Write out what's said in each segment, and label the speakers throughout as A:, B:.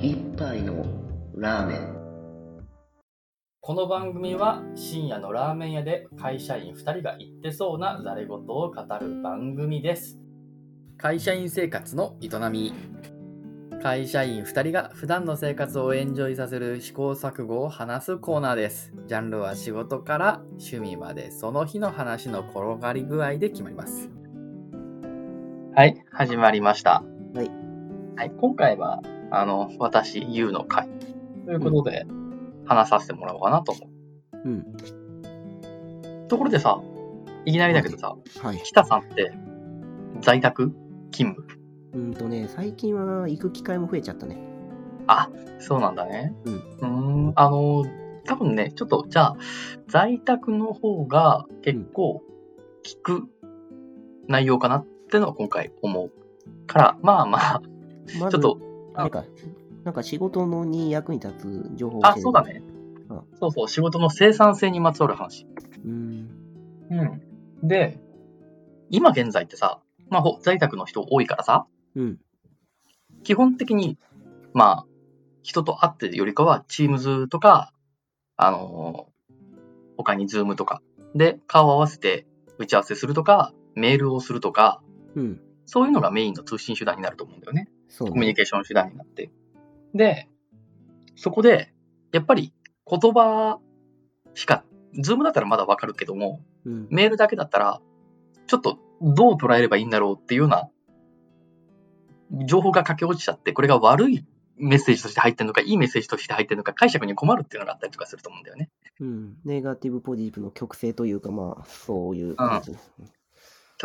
A: 一杯のラーメン
B: この番組は深夜のラーメン屋で会社員2人が言ってそうなざれ言を語る番組です
C: 会社員生活の営み
B: 会社員2人が普段の生活をエンジョイさせる試行錯誤を話すコーナーですジャンルは仕事から趣味までその日の話の転がり具合で決まりますはい始まりました
A: はい、
B: はい、今回はあの私 YOU の会ということで、話させてもらおうかなと思
A: うん
B: うところでさいきなりだけどさ、
A: はい
B: 北さんって在宅勤務
A: うんとね最近は行く機会も増えちゃったね
B: そうなんだね
A: うん
B: んんあの多分ねちょっとじゃあ在宅の方が結構聞く内容かなってのは今回思うからまあまあ
A: ま
B: ちょっと
A: あれかなんか仕事のに役に立つ情報を
B: あ
A: 教えて
B: そうだね
A: うん
B: そうそう仕事の生産性にまつわる話
A: うん
B: うんで今現在ってさまあほ在宅の人多いからさ
A: うん
B: 基本的に、まあ、人と会ってるよりかは、Teams とか、あのー他に Zoom とか、で、顔を合わせて打ち合わせするとか、メールをするとか、
A: うん
B: そういうのがメインの通信手段になると思うんだよね。
A: そう
B: コミュニ
A: ね
B: ケーション手段になって。で、そこで、やっぱり言葉しか、Zoom だったらまだわかるけども、
A: うん
B: メールだけだったら、ちょっとどう捉えればいいんだろうっていうような情報が駆け落ちちゃって、これが悪いメッセージとして入ってるのか、いいメッセージとして入ってるのか、解釈に困るっていうのがあったりとかすると思うんだよね。
A: うんネガティブポジティブの曲性というかまあそういう感じですね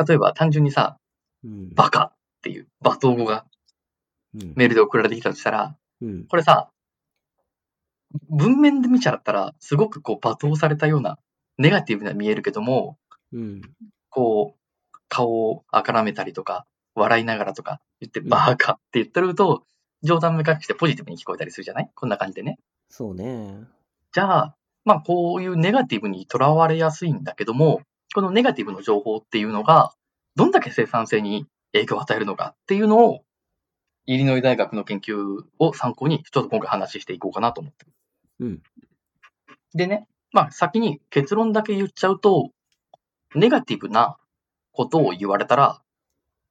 B: 例えば単純にさ、
A: うん
B: バカっていう罵倒語が
A: うん
B: メールで送られてきたとしたら、
A: うん
B: これさ、文面で見ちゃったら、すごくこう罵倒されたような、ネガティブな見えるけども、
A: うん
B: こう、顔をあからめたりとか、笑いながらとか言って、
A: うん
B: バーカって言ってると、冗談めかしてポジティブに聞こえたりするじゃないこんな感じでね。
A: そうね
B: じゃあ、まあこういうネガティブにとらわれやすいんだけども、このネガティブの情報っていうのが、どんだけ生産性に影響を与えるのかっていうのを、イリノイ大学の研究を参考に、ちょっと今回話していこうかなと思ってる。
A: うん
B: でね、まあ先に結論だけ言っちゃうと、ネガティブなことを言われたら、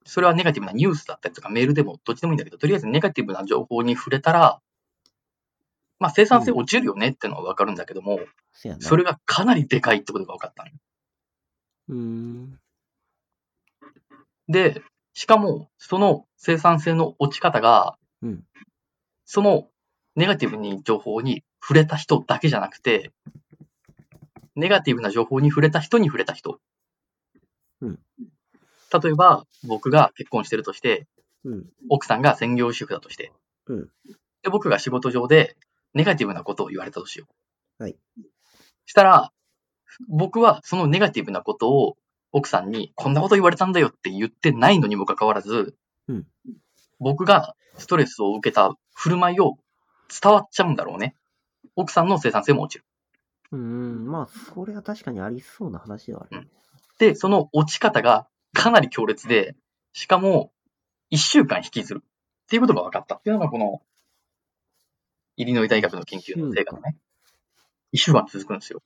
B: それはネガティブなニュースだったりとかメールでもどっちでもいいんだけど、とりあえずネガティブな情報に触れたら、まあ生産性落ちるよねってのはわかるんだけども、
A: せやな
B: それがかなりでかいってことが分かったの。
A: うん
B: で、しかも、その生産性の落ち方が、
A: うん
B: そのネガティブに情報に触れた人だけじゃなくて、ネガティブな情報に触れた人に触れた人。
A: うん
B: 例えば、僕が結婚してるとして、
A: うん
B: 奥さんが専業主婦だとして、
A: うん
B: で僕が仕事上でネガティブなことを言われたとしよう。
A: はい。
B: したら、僕はそのネガティブなことを奥さんにこんなこと言われたんだよって言ってないのにもかかわらず、
A: うん
B: 僕がストレスを受けた振る舞いを伝わっちゃうんだろうね。奥さんの生産性も落ちる。
A: うんまあそれは確かにありそうな話ではあるね
B: で、その落ち方がかなり強烈で、しかも1週間引きずるっていうことが分かったっていうのがこのイリノイ大学の研究の成果だね。1週間続くんですよ。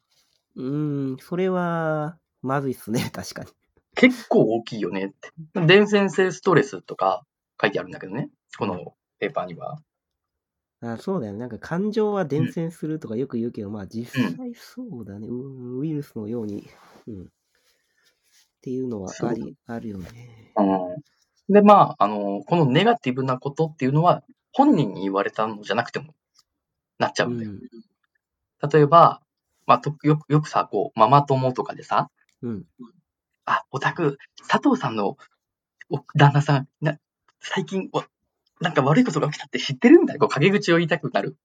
A: うーん、それは、まずいっすね、 確かに。
B: 結構大きいよねって。伝染性ストレスとか書いてあるんだけどね。このペーパーには。
A: あそうだよね。なんか感情は伝染するとかよく言うけど、まあ実際そうだね。うーん、ウイルスのように。うん。っていうのはあり、あるよね。
B: うん、で、まあ、あの、このネガティブなことっていうのは、本人に言われたのじゃなくても、なっちゃ
A: う
B: うんだよ。
A: ん。
B: 例えば、まあ、とよく、よくさ、こう、ママ友とかでさ、
A: うん。
B: あ、オタク、佐藤さんのお旦那さん、な最近わ、なんか悪いことが起きたって知ってるみたいな、こう、陰口を言いたくなる。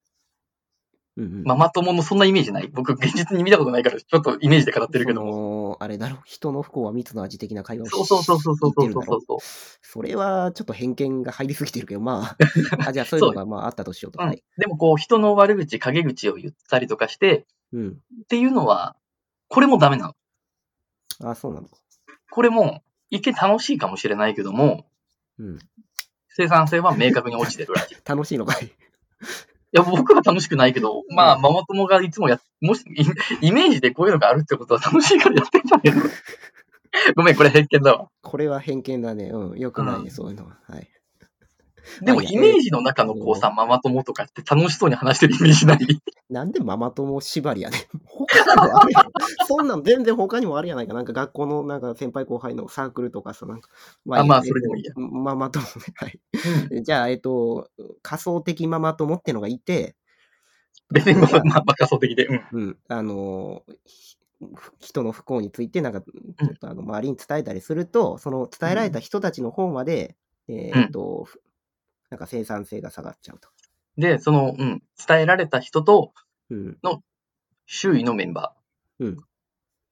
A: うんうん。
B: ママ友のそんなイメージない僕、現実に見たことないから、ちょっとイメージで語ってるけども。
A: も。あれだろ、人の不幸は蜜の味的な会話をし
B: そうそうそうそうそう
A: 言
B: そ
A: っ
B: う
A: てるんだ
B: そ
A: ろ
B: うそう。
A: それはちょっと偏見が入りすぎてるけど、ま あ。あじゃあそういうのがまああったとしようと。
B: う
A: は
B: ん
A: い。、
B: でもこう人の悪口、陰口を言ったりとかして
A: うん。
B: っていうのは、これもダメなの。
A: あ、そうなの。
B: これも一見楽しいかもしれないけども、
A: うん。
B: 生産性は明確に落ちてるらしい。
A: 楽しいのかい。
B: や、僕は楽しくないけど、まあ、ママ友がいつもやっ、もし、イイメージでこういうのがあるってことは楽しいからやってんじゃねえ のごめん、これ偏見だわ。
A: これは偏見だね。うん。よくないね、そういうのは。はい。
B: でも、
A: はい
B: イメージの中のこうさ、ママ友とかって楽しそうに話してるイメージ ない
A: なんでママ友縛り やねん。他にもあるやん。そんなん全然他にもあるやないか。なんか学校のなんか先輩後輩のサークルとかさ、なんか。ま
B: あまあ
A: いい
B: それでもいいや
A: えっとママ友ね。はい。じゃあ、えっと、仮想的ママ友ってのがいて、
B: 別に、まあ、まあ、仮想的で。うん。
A: うん、あのーひ人の不幸について、なんか、ちょっとあの周りに伝えたりすると、その伝えられた人たちの方まで、えーっと、ふなんか生産性が下がっちゃうと。
B: で、その、うん、伝えられた人と、
A: うん、
B: 周囲のメンバ
A: うん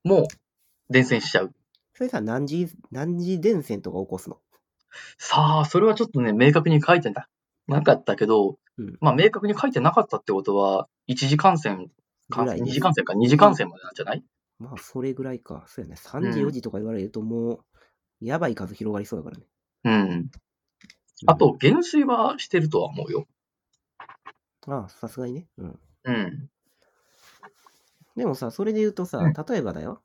B: ーも伝染しちゃう。
A: それさ、何時、何時伝染とか起こすの
B: さあ、それはちょっとね、明確に書いてななかったけど、
A: うん
B: まあ、明確に書いてなかったってことは、一次感染か、
A: ぐらい
B: 二
A: ね
B: 次感染か、二次感染までなんじゃない
A: まあ、それぐらいか。そうやね。3時、
B: うん
A: 4時とか言われると、もう、やばい数広がりそうだからね。
B: うん。
A: うん
B: あと、、減衰はしてるとは思うよ。
A: ああ、さすがにね。うん。
B: うん。
A: でもさ、それで言うとさ、
B: うん
A: 例えばだよ。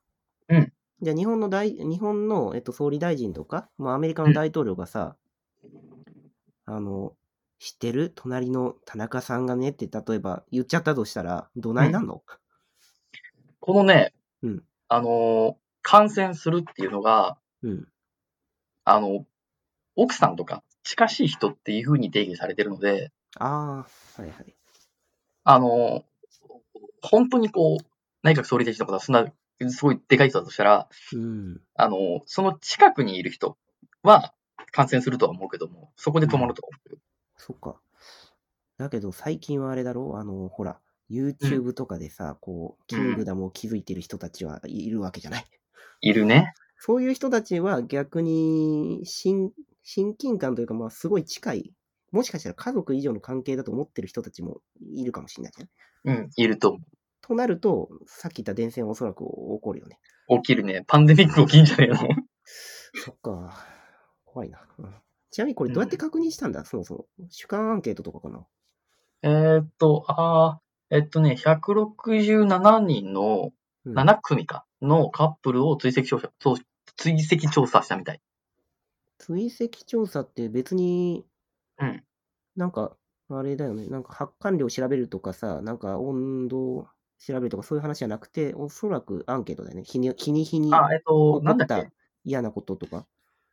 B: うん。
A: じゃあ日本の大、日本の、えっと、総理大臣とか、まあ、アメリカ
B: う
A: の
B: ん
A: 大統領がさ、あの、知ってる隣の田中さんがねって、例えば言っちゃったとしたら、どないなんの、
B: このね、
A: うん
B: あのー感染するっていうのが、
A: うん、
B: あの、奥さんとか近しい人っていうふうに定義されてるので、
A: ああ、はいはい。
B: あの、本当にこう、内閣総理大臣の方そんな、すごいでかい人だとしたら、
A: うん。
B: あの、その近くにいる人は感染するとは思うけども、そこで止まるとは思うよ。
A: そっか。だけど、最近はあれだろうあの、ほら、YouTube とかでさ、こう、キングダムを築いてる人たちはいるわけじゃない。
B: いるね。
A: そういう人たちは逆に親親近感というか、まあ、すごい近い、もしかしたら家族以上の関係だと思ってる人たちもいるかもしれないじゃん。
B: うん、いると思
A: となると、さっき言った伝染はおそらく起こるよね。
B: う。起きるね。パンデミック起きんじゃねえの
A: そっか。怖いな。うんちなみにこれどうやって確認したんだ、そもそも。主観アンケートとかかな。
B: えーっと、あーえっとね、167人の
A: うん、
B: 7組かのカップルを追跡調査、そう追跡調査したみたい。
A: 追跡調査って別に、
B: うん
A: なんか、あれだよね。なんか発汗量調べるとかさ、なんか温度調べるとかそういう話じゃなくて、おそらくアンケートだよね。日に日に日に
B: あ、えっと、
A: 怒
B: なんだ
A: っ
B: っけ。
A: た嫌なこととか。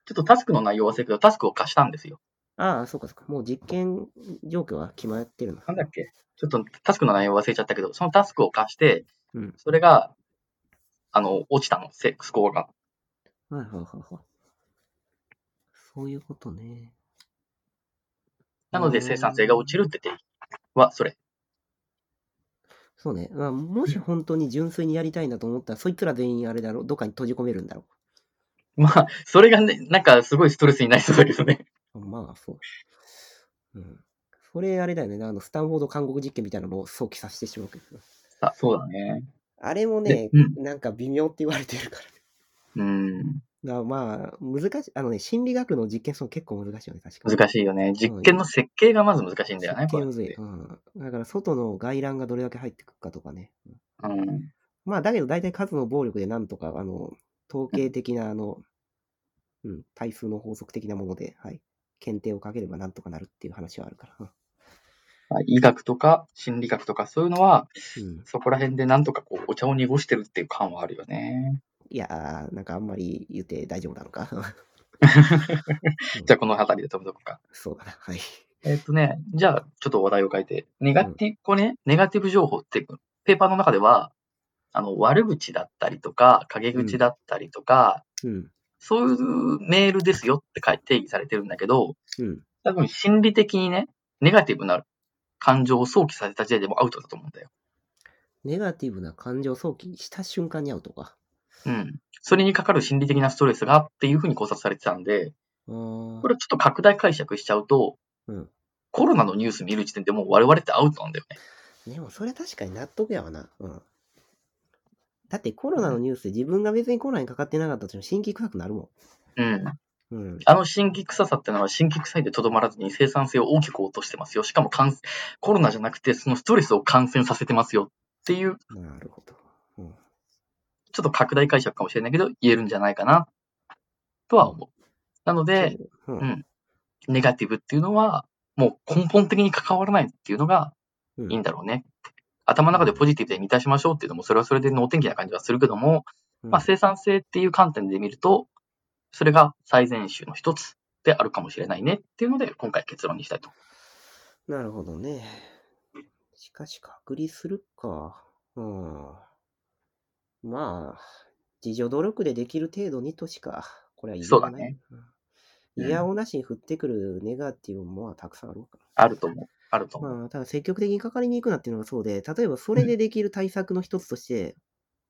B: ちょっとタスクの内容は忘れたけど、タスクを貸したんですよ。
A: ああ、そうかそうか。もう実験状況は決まってるの。
B: なんだっけちょっとタスクの内容忘れちゃったけど、そのタスクを貸して、
A: うん。
B: それが、あの、落ちたの、セスコアが。
A: はいはいはいはい。そういうことね。
B: なので生産性が落ちるって定義は、それ。
A: そうね。まあ、もし本当に純粋にやりたいなと思ったら、そいつら全員あれだろどっかに閉じ込めるんだろ
B: まあ、それがね、なんかすごいストレスになりそうだけどね。
A: まあ、そう。うん。それあれだよね。あの、スタンフォード韓国実験みたいなのを想起させてしまうけど。
B: あ、 そうだね。
A: あれもね
B: で、う
A: なんか微妙って言われてるから。
B: うん。
A: だからまあ、難しい。あのね、心理学の実験その結構難しいよね、確かに。
B: 難しいよね。実験の設計がまず難しいんだよね、
A: 設
B: こ
A: 計
B: れ
A: む
B: っ
A: ずい。
B: て。
A: うん。だから、外の外乱がどれだけ入ってくるかとかね。
B: うん。
A: まあ、だけど大体数の暴力でなんとか、あの、統計的な、あの、うん、対数の法則的なもので、はい。検定をかければなんとかなるっていう話はあるから。うん
B: まあ医学とか心理学とかそういうのは、
A: うん。
B: そこら辺でなんとかこう、お茶を濁してるっていう感はあるよね。
A: いやー、なんかあんまり言って大丈夫なのか。
B: じゃあ、この辺りで飛ぶとこか。
A: そうだな。はい。
B: えっとね、じゃあ、ちょっと話題を変えて、ネガティブ、これね、ネガティブ情報って、ペーパーの中では、あの、悪口だったりとか、陰口だったりとか、
A: うん。
B: そういうメールですよって書いて定義されてるんだけど、
A: うん。
B: 多分心理的にね、ネガティブな感情を想起させた時点でもうアウトだと思うんだよ。
A: ネガティブな感情を想起した瞬間に会うとか。
B: うん。それにかかる心理的なストレスがっていうふうに考察されてたんで、
A: あー
B: これをちょっと拡大解釈しちゃうと、
A: うん
B: コロナのニュース見る時点でもう我々ってアウトなんだよね。
A: でもそれは確かに納得やわな。うん。だってコロナのニュースで自分が別にコロナにかかってなかったとしても心筋梗塞になるもん。
B: うん。
A: うん。
B: あの新規臭さってのは新規臭いでとどまらずに生産性を大きく落としてますよ。しかも感染コロナじゃなくて、そのストレスを感染させてますよっていう、
A: なるほど。う
B: ち
A: ん。
B: ょっと拡大解釈かもしれないけど、言えるんじゃないかな、とは思う。なので、
A: そう、う
B: うん
A: ん。
B: ネガティブっていうのは、もう根本的に関わらないっていうのがいいんだろうね。頭の中でポジティブで満たしましょうっていうのも、それはそれで能天気な感じはするけども、
A: うん
B: まあ、生産性っていう観点で見ると、それが最善手の一つであるかもしれないねっていうので、今回結論にしたいと。
A: なるほどね。しかし、隔離するか。うん。まあ、自助努力でできる程度にとしか、これは言いようがない。
B: うだね
A: いやおなしに降ってくるネガティブもまあたくさんあるわけ
B: あると思う。あると思う。
A: まあ、ただ積極的にかかりに行くなっていうのがそうで、例えばそれでできる対策の一つとして、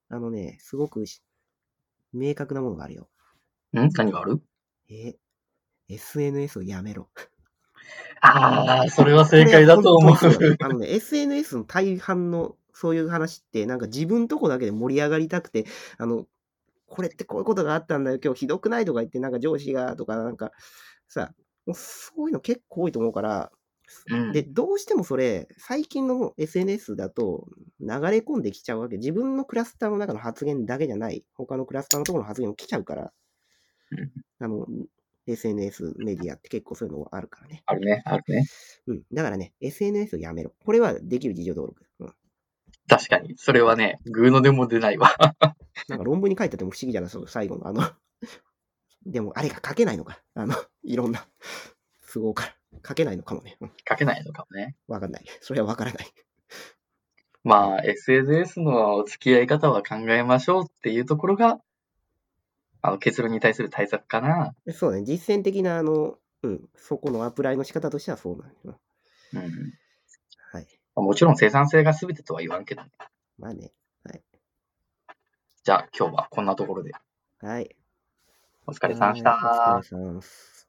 A: あのね、すごくし明確なものがあるよ。
B: ん何がある
A: え、SNS をやめろ。
B: ああ、それは正解だと思う
A: こ。れ本当にそうだねあのね、SNS の大半のそういう話って、なんか自分とこだけで盛り上がりたくて、あの、これってこういうことがあったんだよ、今日ひどくないとか言って、なんか上司がとか、なんかさ、もうそういうの結構多いと思うから、
B: うん
A: で、どうしてもそれ、最近の SNS だと流れ込んできちゃうわけ。自分のクラスターの中の発言だけじゃない、他のクラスターのところの発言も来ちゃうから
B: うん、
A: あの、SNS メディアって結構そういうのあるからね。
B: あるね、あるね。
A: うん。だからね、SNS をやめろ。これはできる自助登録。うん。
B: 確かに。それはね、グーのでも出ないわ。
A: なんか論文に書いてあっても不思議じゃない、その最後のあの。 でも、あれが書けないのか。あの、いろんな都合から。書けないのかもね。うん。
B: 書けないのかもね。
A: わかんない。それはわからない。
B: まあ、SNS の付き合い方は考えましょうっていうところが、あの結論に対する対策かな。
A: そうね、実践的な、あの、うん、そこのアプライの仕方としてはそうなんだよな。
B: うん、
A: はい。
B: もちろん生産性が全てとは言わんけどね。
A: まあね。
B: じゃあ今日はこんなところで
A: はい。
B: お疲れさんでした。
A: はいお疲れさんです。